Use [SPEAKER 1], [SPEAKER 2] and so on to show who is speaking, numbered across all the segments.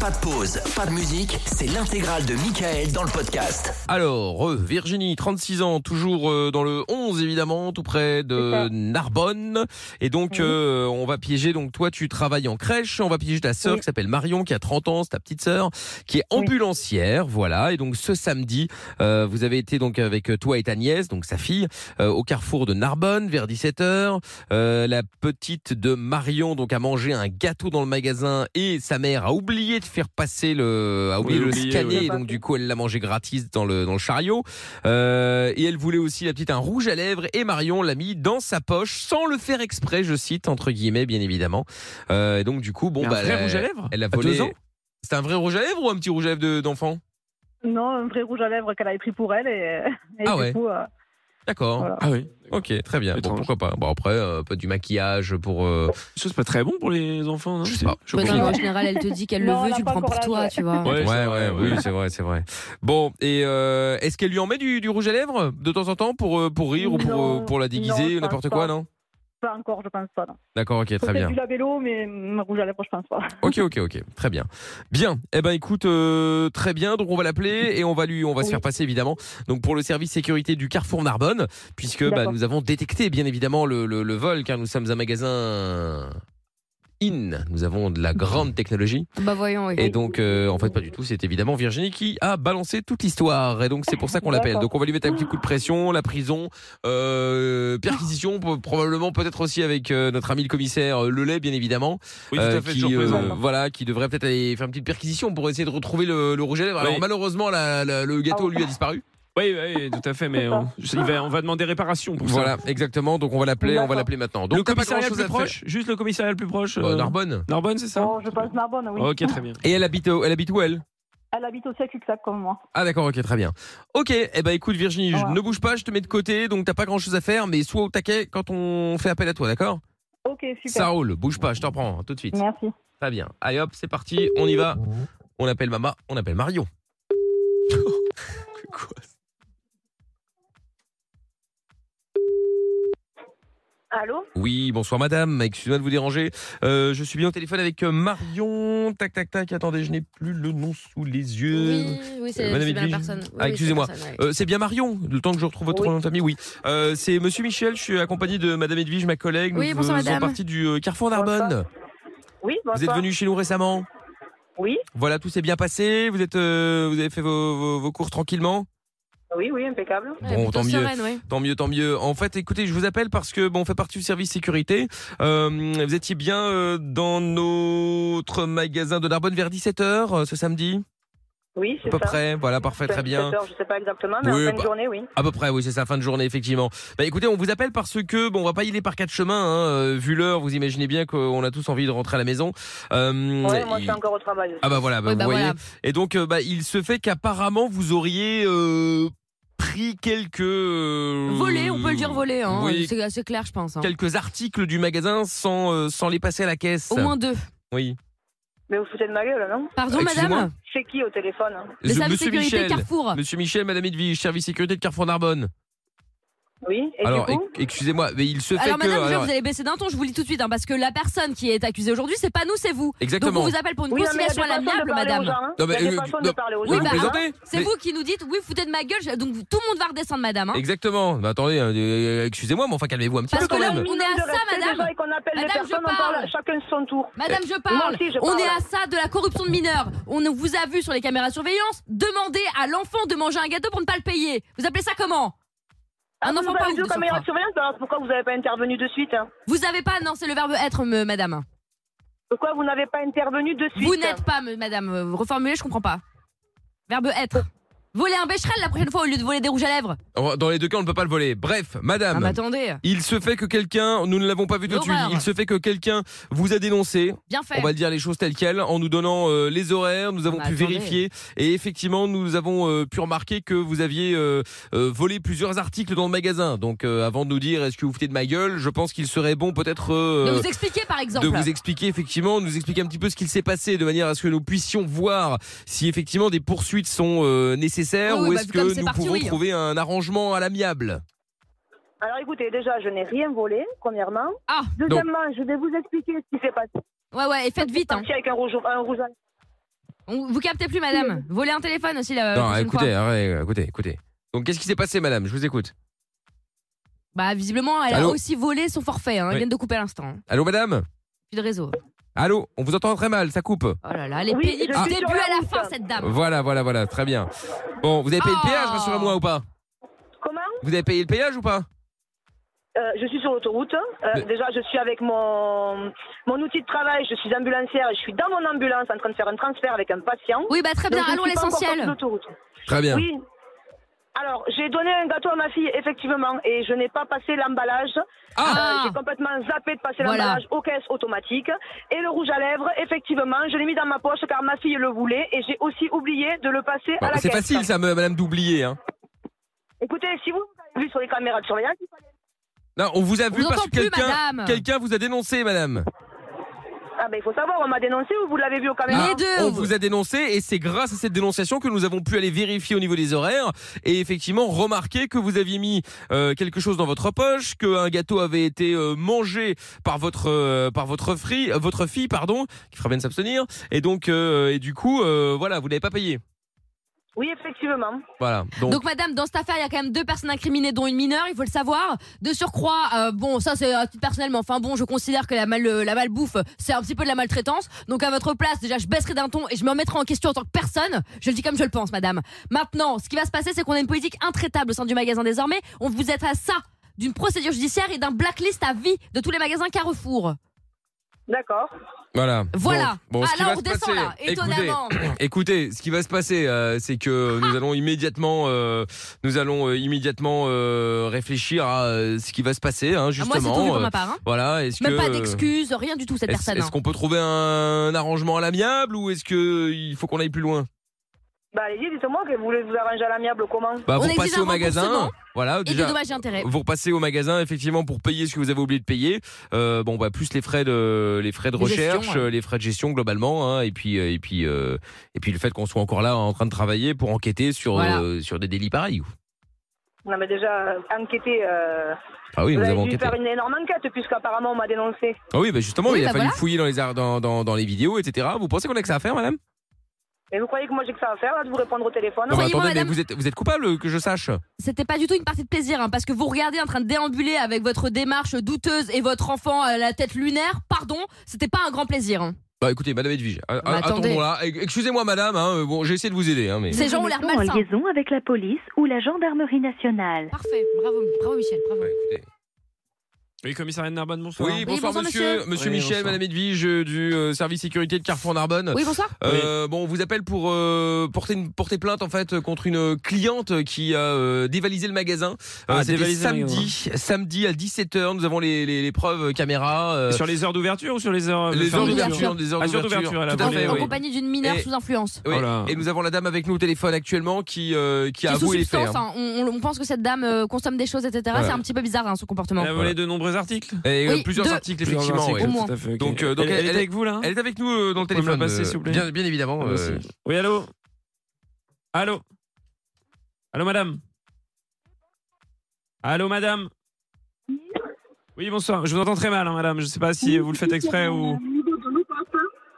[SPEAKER 1] Pas de pause, pas de musique, c'est l'intégrale de Michael dans le podcast.
[SPEAKER 2] Alors, euh, Virginie, 36 ans, toujours euh, dans le 11 évidemment, tout près de Narbonne. Et donc, euh, on va piéger. Donc, toi, tu travailles en crèche. On va piéger ta sœur
[SPEAKER 3] Oui.
[SPEAKER 2] qui s'appelle Marion, qui a 30 ans, c'est ta petite sœur, qui est ambulancière. Voilà. Et donc, ce samedi, euh, vous avez été donc avec euh, toi et ta nièce, donc sa fille, euh, au carrefour de Narbonne vers 17 h euh, la petite de Marion donc a mangé un gâteau dans le magasin et sa mère a oublié de faire passer le, a oublié
[SPEAKER 4] Oui,
[SPEAKER 2] de le
[SPEAKER 4] oublié,
[SPEAKER 2] scanner
[SPEAKER 3] oui.
[SPEAKER 2] et donc du coup elle l'a mangé gratis dans le dans le chariot. Euh, et elle voulait aussi la petite un rouge à lèvres et Marion l'a mis dans sa poche sans le faire exprès, je cite entre guillemets bien évidemment. Euh, et donc du coup bon
[SPEAKER 4] un
[SPEAKER 2] bah
[SPEAKER 4] vrai
[SPEAKER 2] elle-
[SPEAKER 4] rouge à lèvres
[SPEAKER 2] elle a
[SPEAKER 4] deux
[SPEAKER 2] volé.
[SPEAKER 4] ans
[SPEAKER 2] C'était un vrai rouge à lèvres ou un petit rouge à lèvres de- d'enfant
[SPEAKER 3] Non, un vrai rouge à lèvres qu'elle avait pris pour elle. Et, et
[SPEAKER 2] Ah
[SPEAKER 3] du
[SPEAKER 2] ouais.
[SPEAKER 3] coup, euh,
[SPEAKER 2] D'accord.
[SPEAKER 3] Voilà.
[SPEAKER 4] Ah oui.
[SPEAKER 2] Ok, très bien. Bon,
[SPEAKER 4] Étrange.
[SPEAKER 2] pourquoi pas. Bon après, euh, pas du maquillage pour. euh,
[SPEAKER 4] Ça, c'est pas très bon pour les enfants, non
[SPEAKER 2] Je sais pas.
[SPEAKER 4] Je
[SPEAKER 5] Ouais,
[SPEAKER 4] pense.
[SPEAKER 5] non, mais en général, elle te dit qu'elle le
[SPEAKER 3] Non, on
[SPEAKER 5] veut,
[SPEAKER 3] n'a
[SPEAKER 5] tu le
[SPEAKER 3] pas
[SPEAKER 5] prends
[SPEAKER 3] encore
[SPEAKER 5] pour
[SPEAKER 3] l'âge,
[SPEAKER 5] toi, tu
[SPEAKER 3] ouais.
[SPEAKER 5] vois.
[SPEAKER 4] Ouais,
[SPEAKER 2] Ouais,
[SPEAKER 4] c'est
[SPEAKER 2] ouais,
[SPEAKER 4] vrai,
[SPEAKER 2] oui, c'est vrai, c'est vrai. Bon, et euh, est-ce qu'elle lui en met du, du rouge à lèvres de temps en temps pour, euh, pour rire ou pour,
[SPEAKER 3] Non,
[SPEAKER 2] euh, pour la
[SPEAKER 3] non,
[SPEAKER 2] déguiser
[SPEAKER 3] je
[SPEAKER 2] ou n'importe
[SPEAKER 3] pense
[SPEAKER 2] quoi,
[SPEAKER 3] pas.
[SPEAKER 2] non
[SPEAKER 3] pas encore, je pense pas. non.
[SPEAKER 2] D'accord, ok, très
[SPEAKER 3] Peut-être
[SPEAKER 2] bien.
[SPEAKER 3] du labello, mais hum, rouge à lèvres, je pense pas.
[SPEAKER 2] Ok, ok, ok, très bien. Bien, eh ben écoute, euh, très bien, donc on va l'appeler et on va lui, on va se
[SPEAKER 3] Oui.
[SPEAKER 2] faire passer évidemment, donc pour le service sécurité du Carrefour Narbonne, puisque bah,
[SPEAKER 3] D'accord.
[SPEAKER 2] nous avons détecté bien évidemment le, le, le vol, car nous sommes un magasin in, nous avons de la grande technologie.
[SPEAKER 5] Bah voyons, oui.
[SPEAKER 2] Et donc, euh, en fait, pas du tout. C'est évidemment Virginie qui a balancé toute l'histoire. Et donc, c'est pour ça qu'on l'appelle.
[SPEAKER 3] D'accord.
[SPEAKER 2] Donc, on va lui mettre un petit coup de pression, la prison, euh, perquisition, pro- probablement, peut-être aussi avec euh, notre ami le commissaire euh, Lelay, bien évidemment.
[SPEAKER 4] Oui, tout
[SPEAKER 2] euh,
[SPEAKER 4] à fait,
[SPEAKER 2] qui,
[SPEAKER 4] toujours
[SPEAKER 2] euh,
[SPEAKER 4] présent.
[SPEAKER 2] voilà, qui devrait peut-être aller faire une petite perquisition pour essayer de retrouver le, le rouge à lèvres. Alors,
[SPEAKER 4] Oui.
[SPEAKER 2] malheureusement, la- la- le gâteau, lui, a disparu.
[SPEAKER 4] Oui, oui, tout à fait, mais on, il va, on va demander réparation pour ça.
[SPEAKER 2] Voilà, exactement. Donc, on va l'appeler, on va
[SPEAKER 3] D'accord.
[SPEAKER 2] l'appeler maintenant. Donc,
[SPEAKER 4] Donc, le
[SPEAKER 2] t'as pas
[SPEAKER 4] commissariat le
[SPEAKER 2] grand-chose
[SPEAKER 4] plus
[SPEAKER 2] à faire.
[SPEAKER 4] proche Juste le commissariat le plus proche
[SPEAKER 2] Euh,
[SPEAKER 4] euh,
[SPEAKER 2] Narbonne.
[SPEAKER 4] Narbonne, c'est ça
[SPEAKER 6] Oh.
[SPEAKER 3] Bon, Oh, je pense Narbonne, oui.
[SPEAKER 4] Ok, très bien.
[SPEAKER 2] Et elle habite, où- elle habite où, elle
[SPEAKER 3] Elle habite au sec exact comme moi.
[SPEAKER 2] Ah d'accord, ok, très bien. Ok, eh ben écoute Virginie, je-
[SPEAKER 3] Au revoir.
[SPEAKER 2] ne bouge pas, je te mets de côté, donc t'as pas grand chose à faire, mais sois au taquet quand on fait appel à toi, d'accord
[SPEAKER 3] Ok, super.
[SPEAKER 2] Ça roule, bouge pas, je t'en prends hein, tout de suite.
[SPEAKER 3] Merci.
[SPEAKER 2] Très bien. Allez hop, c'est parti, on y va. On appelle Mama, on appelle Marion. Quoi
[SPEAKER 6] Allô
[SPEAKER 2] oui, bonsoir madame, excusez-moi de vous déranger. Euh, je suis bien au téléphone avec euh, Marion. Tac, tac, tac, attendez, je n'ai plus le nom sous les yeux.
[SPEAKER 5] Oui, oui, c'est
[SPEAKER 2] Madame
[SPEAKER 5] c'est bien
[SPEAKER 2] Edwige.
[SPEAKER 5] la personne. Oui,
[SPEAKER 2] Ah,
[SPEAKER 5] oui, c'est
[SPEAKER 2] excusez-moi.
[SPEAKER 5] la personne, ouais.
[SPEAKER 2] Euh, c'est bien Marion, le temps que je retrouve votre
[SPEAKER 6] Oui.
[SPEAKER 2] nom de famille, oui. Euh, c'est Monsieur Michel, je suis accompagné de Madame Edwige, ma collègue.
[SPEAKER 5] Oui,
[SPEAKER 2] Nous
[SPEAKER 5] bonsoir,
[SPEAKER 2] faisons
[SPEAKER 5] madame.
[SPEAKER 2] partie du euh, Carrefour Narbonne.
[SPEAKER 6] Oui, bonsoir.
[SPEAKER 2] Vous êtes venu chez nous récemment.
[SPEAKER 6] Oui,
[SPEAKER 2] Voilà, tout s'est bien passé. Vous êtes, euh, vous avez fait vos, vos- vos cours tranquillement.
[SPEAKER 6] oui, oui, impeccable.
[SPEAKER 5] Ouais,
[SPEAKER 2] Euh, bon,
[SPEAKER 5] plutôt
[SPEAKER 2] tant mieux. Bah,
[SPEAKER 5] sereine, ouais.
[SPEAKER 2] Tant mieux, tant mieux. En fait, écoutez, je vous appelle parce que bon, on fait partie du service sécurité. Euh, vous étiez bien euh, dans notre magasin de Narbonne vers 17h ce samedi,
[SPEAKER 6] Oui,
[SPEAKER 2] à
[SPEAKER 6] c'est
[SPEAKER 2] peu
[SPEAKER 6] ça.
[SPEAKER 2] près. Voilà, parfait, très bien.
[SPEAKER 6] 17 heures, je sais pas exactement, mais
[SPEAKER 2] Oui,
[SPEAKER 6] en fin de
[SPEAKER 2] bah-
[SPEAKER 6] journée, oui.
[SPEAKER 2] À peu près, oui, c'est ça, fin de journée, effectivement. Bah écoutez, on vous appelle parce que, bon, on va pas y aller par quatre chemins, hein, euh, vu l'heure, vous imaginez bien qu'on a tous envie de rentrer à la maison. Euh,
[SPEAKER 6] Ouais, moi, je
[SPEAKER 2] il-
[SPEAKER 6] suis encore au travail aussi.
[SPEAKER 2] Ah bah voilà, bah,
[SPEAKER 5] Ouais,
[SPEAKER 2] vous
[SPEAKER 5] bah
[SPEAKER 2] voyez.
[SPEAKER 5] voilà.
[SPEAKER 2] Et donc, euh, bah, il se fait qu'apparemment, vous auriez euh, pris quelques... euh,
[SPEAKER 5] Voler, on peut le dire voler, hein.
[SPEAKER 2] Oui,
[SPEAKER 5] c'est assez clair, je pense. hein.
[SPEAKER 2] quelques articles du magasin sans, euh, sans les passer à la caisse.
[SPEAKER 5] Au moins deux.
[SPEAKER 2] Oui.
[SPEAKER 6] Mais vous foutez de ma gueule, non
[SPEAKER 5] Pardon,
[SPEAKER 2] Excusez-moi.
[SPEAKER 5] madame
[SPEAKER 6] C'est qui au téléphone hein
[SPEAKER 5] Le
[SPEAKER 2] Je-
[SPEAKER 5] service
[SPEAKER 2] Monsieur
[SPEAKER 5] sécurité
[SPEAKER 2] Michel,
[SPEAKER 5] Carrefour.
[SPEAKER 2] Monsieur Michel, Madame Edwige, service sécurité de Carrefour Narbonne.
[SPEAKER 6] Oui, et
[SPEAKER 2] Alors,
[SPEAKER 6] du coup
[SPEAKER 2] e- excusez-moi, mais il se fait
[SPEAKER 5] Alors,
[SPEAKER 2] que...
[SPEAKER 5] madame, je-
[SPEAKER 2] alors,
[SPEAKER 5] vous allez baisser d'un ton, je vous le dis tout de suite, hein, parce que la personne qui est accusée aujourd'hui, c'est pas nous, c'est vous.
[SPEAKER 2] exactement.
[SPEAKER 5] Donc, on vous appelle pour une
[SPEAKER 6] Oui, non, mais il y a des
[SPEAKER 5] conciliation
[SPEAKER 6] façons
[SPEAKER 5] à
[SPEAKER 6] de
[SPEAKER 5] l'amiable,
[SPEAKER 6] parler aux
[SPEAKER 5] madame.
[SPEAKER 6] gens, hein.
[SPEAKER 2] Non, mais,
[SPEAKER 6] Il y a des
[SPEAKER 2] euh,
[SPEAKER 6] façons
[SPEAKER 2] non.
[SPEAKER 6] de parler aux
[SPEAKER 2] Mais
[SPEAKER 6] gens. hein.
[SPEAKER 5] Oui,
[SPEAKER 2] vous
[SPEAKER 5] bah,
[SPEAKER 2] plaisantez
[SPEAKER 5] C'est
[SPEAKER 2] Mais-
[SPEAKER 5] vous qui nous dites, oui, foutez de ma gueule, je- donc tout le monde va redescendre, madame. hein.
[SPEAKER 2] Exactement. Mais attendez, euh, euh, excusez-moi, mais enfin calmez-vous un petit
[SPEAKER 5] Parce
[SPEAKER 2] peu quand
[SPEAKER 5] que là,
[SPEAKER 2] même.
[SPEAKER 5] on est à ça, madame.
[SPEAKER 6] Et qu'on appelle les
[SPEAKER 5] Madame, je
[SPEAKER 6] personnes, on parle
[SPEAKER 5] parle.
[SPEAKER 6] à chacun de son tour.
[SPEAKER 5] Madame, je
[SPEAKER 6] Moi
[SPEAKER 5] parle.
[SPEAKER 6] aussi, je
[SPEAKER 5] On
[SPEAKER 6] parle.
[SPEAKER 5] est à ça de la corruption de mineurs. On vous a vu sur les caméras de surveillance demander à l'enfant de manger un gâteau pour ne pas le payer. Vous appelez ça comment
[SPEAKER 6] Ah,
[SPEAKER 5] Un
[SPEAKER 6] vous
[SPEAKER 5] enfant
[SPEAKER 6] avez
[SPEAKER 5] pas
[SPEAKER 6] vu
[SPEAKER 5] ouf, de
[SPEAKER 6] comme meilleure
[SPEAKER 5] surcroît.
[SPEAKER 6] surveillance, alors pourquoi vous n'avez pas intervenu de suite hein
[SPEAKER 5] Vous avez pas, non, c'est le verbe être, me- madame.
[SPEAKER 6] Pourquoi vous n'avez pas intervenu de suite
[SPEAKER 5] Vous n'êtes pas, me- madame. Euh, Reformulez, je comprends pas. Verbe être. Voler un bécherel la prochaine fois au lieu de voler des rouges à lèvres.
[SPEAKER 2] Alors, Dans les deux cas, on ne peut pas le voler. Bref,
[SPEAKER 5] Ah,
[SPEAKER 2] Ah, madame.
[SPEAKER 5] mais attendez,
[SPEAKER 2] il se fait que quelqu'un, nous ne l'avons pas vu tout de suite,
[SPEAKER 5] L'horreur.
[SPEAKER 2] il se fait que quelqu'un vous a dénoncé,
[SPEAKER 5] bien
[SPEAKER 2] on
[SPEAKER 5] fait.
[SPEAKER 2] va dire les choses telles quelles, en nous donnant euh, les horaires, nous avons
[SPEAKER 5] mais
[SPEAKER 2] pu
[SPEAKER 5] attendez.
[SPEAKER 2] vérifier et effectivement nous avons euh, pu remarquer que vous aviez euh, euh, volé plusieurs articles dans le magasin. Donc euh, avant de nous dire est-ce que vous foutez de ma gueule, je pense qu'il serait bon peut-être euh,
[SPEAKER 5] De vous expliquer, par exemple.
[SPEAKER 2] de vous expliquer effectivement, nous expliquer un petit peu ce qu'il s'est passé de manière à ce que nous puissions voir si effectivement des poursuites sont euh, nécessaires
[SPEAKER 5] Oui,
[SPEAKER 2] ou
[SPEAKER 5] bah,
[SPEAKER 2] est-ce
[SPEAKER 5] vu comme
[SPEAKER 2] que
[SPEAKER 5] c'est
[SPEAKER 2] nous
[SPEAKER 5] parti,
[SPEAKER 2] pouvons
[SPEAKER 5] oui.
[SPEAKER 2] trouver un arrangement à l'amiable.
[SPEAKER 6] Alors écoutez, déjà, je n'ai rien volé, premièrement.
[SPEAKER 5] Ah,
[SPEAKER 6] Deuxièmement, je vais vous expliquer ce qui s'est passé.
[SPEAKER 5] Ouais, ouais, et faites vite. Hein.
[SPEAKER 6] Parti avec un rouge, un rouge à-
[SPEAKER 5] On- Vous captez plus, madame. Volez un téléphone aussi la
[SPEAKER 2] Non,
[SPEAKER 5] Euh, prochaine
[SPEAKER 2] écoutez,
[SPEAKER 5] fois.
[SPEAKER 2] arrête, écoutez, écoutez. Donc, qu'est-ce qui s'est passé, madame Je vous écoute.
[SPEAKER 5] Bah, visiblement, elle
[SPEAKER 2] Allô
[SPEAKER 5] a aussi volé son forfait. Hein.
[SPEAKER 2] Oui.
[SPEAKER 5] Ils viennent de couper à l'instant.
[SPEAKER 2] Allô, madame
[SPEAKER 5] Plus de réseau.
[SPEAKER 2] Allô On vous entend très mal, ça coupe.
[SPEAKER 5] Oh là là, elle est
[SPEAKER 6] Oui, je
[SPEAKER 5] pénible du
[SPEAKER 6] suis
[SPEAKER 5] début
[SPEAKER 6] sur la
[SPEAKER 5] à la
[SPEAKER 6] route.
[SPEAKER 5] fin, cette dame.
[SPEAKER 2] Voilà, voilà, voilà, très bien. Bon, vous avez payé le péage,
[SPEAKER 5] Ah Oh.
[SPEAKER 2] rassurez-moi ou pas
[SPEAKER 6] Comment
[SPEAKER 2] Vous avez payé le péage ou pas
[SPEAKER 6] Euh, Je suis sur l'autoroute. Euh,
[SPEAKER 2] Mais-
[SPEAKER 6] Déjà, je suis avec mon, mon outil de travail. Je suis ambulancière. Je suis dans mon ambulance en train de faire un transfert avec un patient.
[SPEAKER 5] Oui, bah très bien,
[SPEAKER 6] Donc, je
[SPEAKER 5] allons à
[SPEAKER 6] suis pas encore sur
[SPEAKER 5] l'essentiel.
[SPEAKER 6] l'autoroute.
[SPEAKER 2] Très bien.
[SPEAKER 6] Oui. Alors, j'ai donné un gâteau à ma fille, effectivement, et je n'ai pas passé l'emballage.
[SPEAKER 2] Ah,
[SPEAKER 5] Ah.
[SPEAKER 6] Euh, j'ai complètement zappé de passer
[SPEAKER 5] Voilà.
[SPEAKER 6] l'emballage aux caisses automatiques. Et le rouge à lèvres, effectivement, je l'ai mis dans ma poche car ma fille le voulait et j'ai aussi oublié de le passer
[SPEAKER 2] Bon,
[SPEAKER 6] à la
[SPEAKER 2] Bah, C'est
[SPEAKER 6] caisse.
[SPEAKER 2] facile, ça, me- madame, d'oublier. Hein.
[SPEAKER 6] Écoutez, si vous avez vu sur les caméras de surveillance,
[SPEAKER 2] Non, on vous a
[SPEAKER 5] On
[SPEAKER 2] vu
[SPEAKER 5] vous
[SPEAKER 2] parce
[SPEAKER 5] entend
[SPEAKER 2] que
[SPEAKER 5] plus,
[SPEAKER 2] quelqu'un
[SPEAKER 5] madame.
[SPEAKER 2] quelqu'un vous a dénoncé, madame.
[SPEAKER 6] ah ben, il faut savoir, on m'a dénoncé ou vous l'avez vu aux caméras
[SPEAKER 5] Les deux.
[SPEAKER 2] On vous a dénoncé et c'est grâce à cette dénonciation que nous avons pu aller vérifier au niveau des horaires et effectivement remarquer que vous aviez mis euh, quelque chose dans votre poche, qu'un gâteau avait été euh, mangé par votre euh, par votre fri- euh, votre fille pardon, qui fera bien de s'abstenir et donc euh, et du coup euh, voilà, vous n'avez pas payé.
[SPEAKER 6] Oui, effectivement.
[SPEAKER 2] Voilà. Donc,
[SPEAKER 5] Donc, madame, dans cette affaire, il y a quand même deux personnes incriminées, dont une mineure, il faut le savoir. De surcroît, euh, bon, ça c'est à titre personnel, mais enfin bon, je considère que la, mal, euh, la malbouffe, c'est un petit peu de la maltraitance. Donc, à votre place, déjà, je baisserai d'un ton et je me remettrai en question en tant que personne. Je le dis comme je le pense, madame. Maintenant, ce qui va se passer, c'est qu'on a une politique intraitable au sein du magasin désormais. On vous êtes à ça d'une procédure judiciaire et d'un blacklist à vie de tous les magasins Carrefour.
[SPEAKER 6] D'accord.
[SPEAKER 2] voilà.
[SPEAKER 5] Voilà.
[SPEAKER 2] Bon, bon, ce
[SPEAKER 5] ah
[SPEAKER 2] qui
[SPEAKER 5] là,
[SPEAKER 2] va
[SPEAKER 5] on
[SPEAKER 2] se
[SPEAKER 5] redescend
[SPEAKER 2] passer,
[SPEAKER 5] là,
[SPEAKER 2] écoutez,
[SPEAKER 5] étonnamment. Ah,
[SPEAKER 2] Écoutez, ce qui va se passer, euh, c'est que nous allons immédiatement, euh, nous allons euh, immédiatement euh, réfléchir à euh, ce qui va se passer, hein,
[SPEAKER 5] Ah,
[SPEAKER 2] justement.
[SPEAKER 5] Moi, c'est tout vu pour
[SPEAKER 2] Euh,
[SPEAKER 5] ma part. hein.
[SPEAKER 2] Voilà. Est-ce
[SPEAKER 5] Même
[SPEAKER 2] que euh,
[SPEAKER 5] pas d'excuses, rien du tout, cette
[SPEAKER 2] Est-ce
[SPEAKER 5] personne. hein.
[SPEAKER 2] est-ce qu'on peut trouver un arrangement à l'amiable ou est-ce que il faut qu'on aille plus loin
[SPEAKER 6] Bah, allez-y, dites-moi que vous voulez vous arranger à l'amiable comment
[SPEAKER 2] Bah,
[SPEAKER 5] On
[SPEAKER 2] vous
[SPEAKER 5] exige
[SPEAKER 2] repassez
[SPEAKER 5] un
[SPEAKER 2] au magasin.
[SPEAKER 5] remboursement
[SPEAKER 2] Voilà,
[SPEAKER 5] Et des
[SPEAKER 2] déjà.
[SPEAKER 5] dommages et intérêts.
[SPEAKER 2] Vous repassez au magasin effectivement pour payer ce que vous avez oublié de payer. Euh, bon bah plus les frais de les frais de
[SPEAKER 5] De gestion,
[SPEAKER 2] recherche,
[SPEAKER 5] ouais.
[SPEAKER 2] euh, les frais de gestion globalement, hein, et puis euh, et puis euh, et puis le fait qu'on soit encore là en train de travailler pour enquêter sur
[SPEAKER 5] Voilà.
[SPEAKER 2] euh, sur des délits pareils.
[SPEAKER 6] On avait déjà euh, enquêté. euh,
[SPEAKER 2] Ah oui,
[SPEAKER 6] vous
[SPEAKER 2] nous
[SPEAKER 6] avez
[SPEAKER 2] avons
[SPEAKER 6] dû
[SPEAKER 2] enquêté.
[SPEAKER 6] faire une énorme enquête puisqu'apparemment on m'a dénoncé.
[SPEAKER 2] Ah oui, bah justement,
[SPEAKER 5] Oui,
[SPEAKER 2] il a
[SPEAKER 5] bah
[SPEAKER 2] fallu
[SPEAKER 5] voilà.
[SPEAKER 2] fouiller dans les ar- dans, dans, dans les vidéos, etc. Vous pensez qu'on a que ça à faire, madame
[SPEAKER 6] Et vous croyez que moi j'ai que ça à faire là, de vous répondre au téléphone
[SPEAKER 2] Non, mais
[SPEAKER 5] Croyez-moi,
[SPEAKER 2] attendez, mais
[SPEAKER 5] madame.
[SPEAKER 2] vous êtes vous êtes coupable que je sache.
[SPEAKER 5] C'était pas du tout une partie de plaisir, hein, parce que vous regardez en train de déambuler avec votre démarche douteuse et votre enfant à la tête lunaire, pardon, c'était pas un grand plaisir. hein.
[SPEAKER 2] Bah écoutez, madame Edwige, a- a-
[SPEAKER 5] attendez.
[SPEAKER 2] attendons là. E- Excusez-moi madame, hein, euh, bon, j'ai essayé de vous aider. Hein, mais...
[SPEAKER 5] Ces gens ont l'air
[SPEAKER 7] Nous sommes
[SPEAKER 5] malsains.
[SPEAKER 7] en liaison avec la police ou la gendarmerie nationale.
[SPEAKER 5] Parfait, bravo, bravo Michel, bravo.
[SPEAKER 2] Ouais, écoutez.
[SPEAKER 4] Oui, commissariat de Narbonne, bonsoir.
[SPEAKER 2] Oui, bonsoir,
[SPEAKER 5] bonsoir,
[SPEAKER 2] monsieur. Monsieur,
[SPEAKER 5] monsieur.
[SPEAKER 4] Oui,
[SPEAKER 2] Michel,
[SPEAKER 4] bonsoir.
[SPEAKER 2] madame Edwige euh, du euh, service sécurité de Carrefour Narbonne.
[SPEAKER 5] Oui, bonsoir.
[SPEAKER 2] Euh, Bon, on vous appelle pour euh, porter, une, porter plainte en fait euh, contre une cliente qui a euh, dévalisé le magasin.
[SPEAKER 4] Ah,
[SPEAKER 2] C'était
[SPEAKER 4] dévalisé le
[SPEAKER 2] samedi, samedi à 17h. Nous avons les, les, les preuves caméra. euh,
[SPEAKER 4] Et Sur les heures d'ouverture ou sur les heures euh,
[SPEAKER 2] les
[SPEAKER 5] fermeture.
[SPEAKER 2] heures
[SPEAKER 5] Ouverture.
[SPEAKER 2] d'ouverture, des heures
[SPEAKER 4] Ah, sur l'ouverture,
[SPEAKER 2] d'ouverture.
[SPEAKER 4] elle a
[SPEAKER 2] Tout à
[SPEAKER 5] en,
[SPEAKER 4] volé,
[SPEAKER 2] fait,
[SPEAKER 5] en
[SPEAKER 4] oui.
[SPEAKER 5] compagnie d'une mineure
[SPEAKER 2] Et-
[SPEAKER 5] sous influence.
[SPEAKER 2] oui.
[SPEAKER 4] Oh là.
[SPEAKER 2] Et nous avons la dame avec nous au téléphone actuellement qui, euh, qui
[SPEAKER 5] Qui
[SPEAKER 2] a
[SPEAKER 5] est sous
[SPEAKER 2] avoué les faits.
[SPEAKER 5] substance,
[SPEAKER 2] hein.
[SPEAKER 5] hein. on, on pense que cette dame euh, consomme des choses, etc.
[SPEAKER 2] Ouais. Eh
[SPEAKER 5] C'est un petit peu bizarre hein, son comportement.
[SPEAKER 4] Elle a volé de nombreux articles.
[SPEAKER 2] Et euh,
[SPEAKER 5] Oui,
[SPEAKER 2] plusieurs
[SPEAKER 5] deux.
[SPEAKER 2] articles effectivement.
[SPEAKER 5] articles.
[SPEAKER 2] ouais.
[SPEAKER 5] Au moins.
[SPEAKER 4] tout à fait, ok.
[SPEAKER 2] Donc, euh, donc,
[SPEAKER 4] elle, elle
[SPEAKER 2] elle-
[SPEAKER 4] est avec vous là hein
[SPEAKER 2] Elle est avec nous euh, dans le
[SPEAKER 4] Vous pouvez me la
[SPEAKER 2] téléphone.
[SPEAKER 4] passer,
[SPEAKER 2] euh,
[SPEAKER 4] s'il vous plaît
[SPEAKER 2] Bien, bien évidemment. euh,
[SPEAKER 4] Merci. Oui, allô Allô Allô, madame Allô, madame Oui, bonsoir. Je vous entends très mal, hein, madame. Je ne sais pas si vous le faites exprès ou...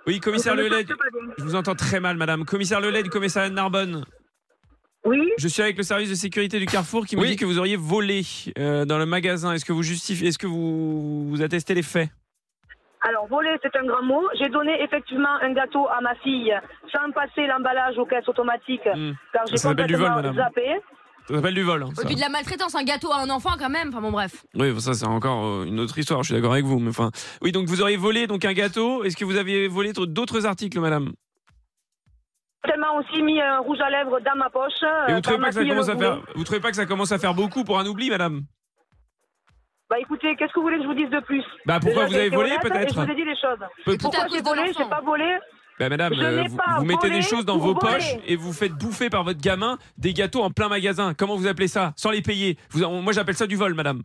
[SPEAKER 4] Oui, commissaire Lelay, je vous entends très mal, madame. Commissaire Lelay du commissariat de Narbonne.
[SPEAKER 6] Oui,
[SPEAKER 4] Je suis avec le service de sécurité du Carrefour qui me
[SPEAKER 2] Oui.
[SPEAKER 4] dit que vous auriez volé euh, dans le magasin. Est-ce que vous justifiez Est-ce que vous, vous attestez les faits
[SPEAKER 6] Alors, voler, c'est un grand mot. J'ai donné effectivement un gâteau à ma fille sans passer l'emballage aux caisses automatiques
[SPEAKER 4] Hmm.
[SPEAKER 6] car j'ai
[SPEAKER 4] Ça s'appelle du vol,
[SPEAKER 6] complètement
[SPEAKER 4] madame.
[SPEAKER 6] zappé.
[SPEAKER 4] Ça s'appelle du vol. hein, ça.
[SPEAKER 5] Et puis de la maltraitance, un gâteau à un enfant quand même, enfin bon bref.
[SPEAKER 2] Eh,
[SPEAKER 4] Oui, bon, ça c'est encore euh, une autre histoire, je suis d'accord avec vous. Mais enfin, oui, donc vous auriez volé donc un gâteau. Est-ce que vous aviez volé d'autres- d'autres articles, madame
[SPEAKER 6] Tellement aussi mis un rouge à lèvres dans ma poche.
[SPEAKER 4] Et
[SPEAKER 6] euh,
[SPEAKER 4] vous trouvez
[SPEAKER 6] car ma
[SPEAKER 4] pas que ça
[SPEAKER 6] fille
[SPEAKER 4] commence
[SPEAKER 6] le
[SPEAKER 4] à
[SPEAKER 6] voulait.
[SPEAKER 4] faire Vous trouvez pas que ça commence à faire beaucoup pour un oubli, madame
[SPEAKER 6] Bah écoutez, qu'est-ce que vous voulez que je vous dise de plus
[SPEAKER 4] Bah
[SPEAKER 6] Déjà,
[SPEAKER 4] pourquoi vous
[SPEAKER 6] j'ai
[SPEAKER 4] avez
[SPEAKER 6] été
[SPEAKER 4] volé
[SPEAKER 6] honnête hein, et Je
[SPEAKER 4] peut-être
[SPEAKER 6] vous ai dit les choses.
[SPEAKER 4] Peu-
[SPEAKER 5] Tout à
[SPEAKER 6] Pourquoi
[SPEAKER 5] cause
[SPEAKER 6] j'ai
[SPEAKER 5] d'un
[SPEAKER 6] volé
[SPEAKER 5] enfant.
[SPEAKER 6] J'ai pas volé.
[SPEAKER 4] Bah madame,
[SPEAKER 6] Je
[SPEAKER 4] euh,
[SPEAKER 6] n'ai
[SPEAKER 4] vous,
[SPEAKER 6] pas
[SPEAKER 4] vous mettez
[SPEAKER 6] volé
[SPEAKER 4] des choses dans
[SPEAKER 6] pour
[SPEAKER 4] vos
[SPEAKER 6] voler.
[SPEAKER 4] poches et vous faites bouffer par votre gamin des gâteaux en plein magasin. Comment vous appelez ça Sans les payer. Vous- on- moi j'appelle ça du vol, madame.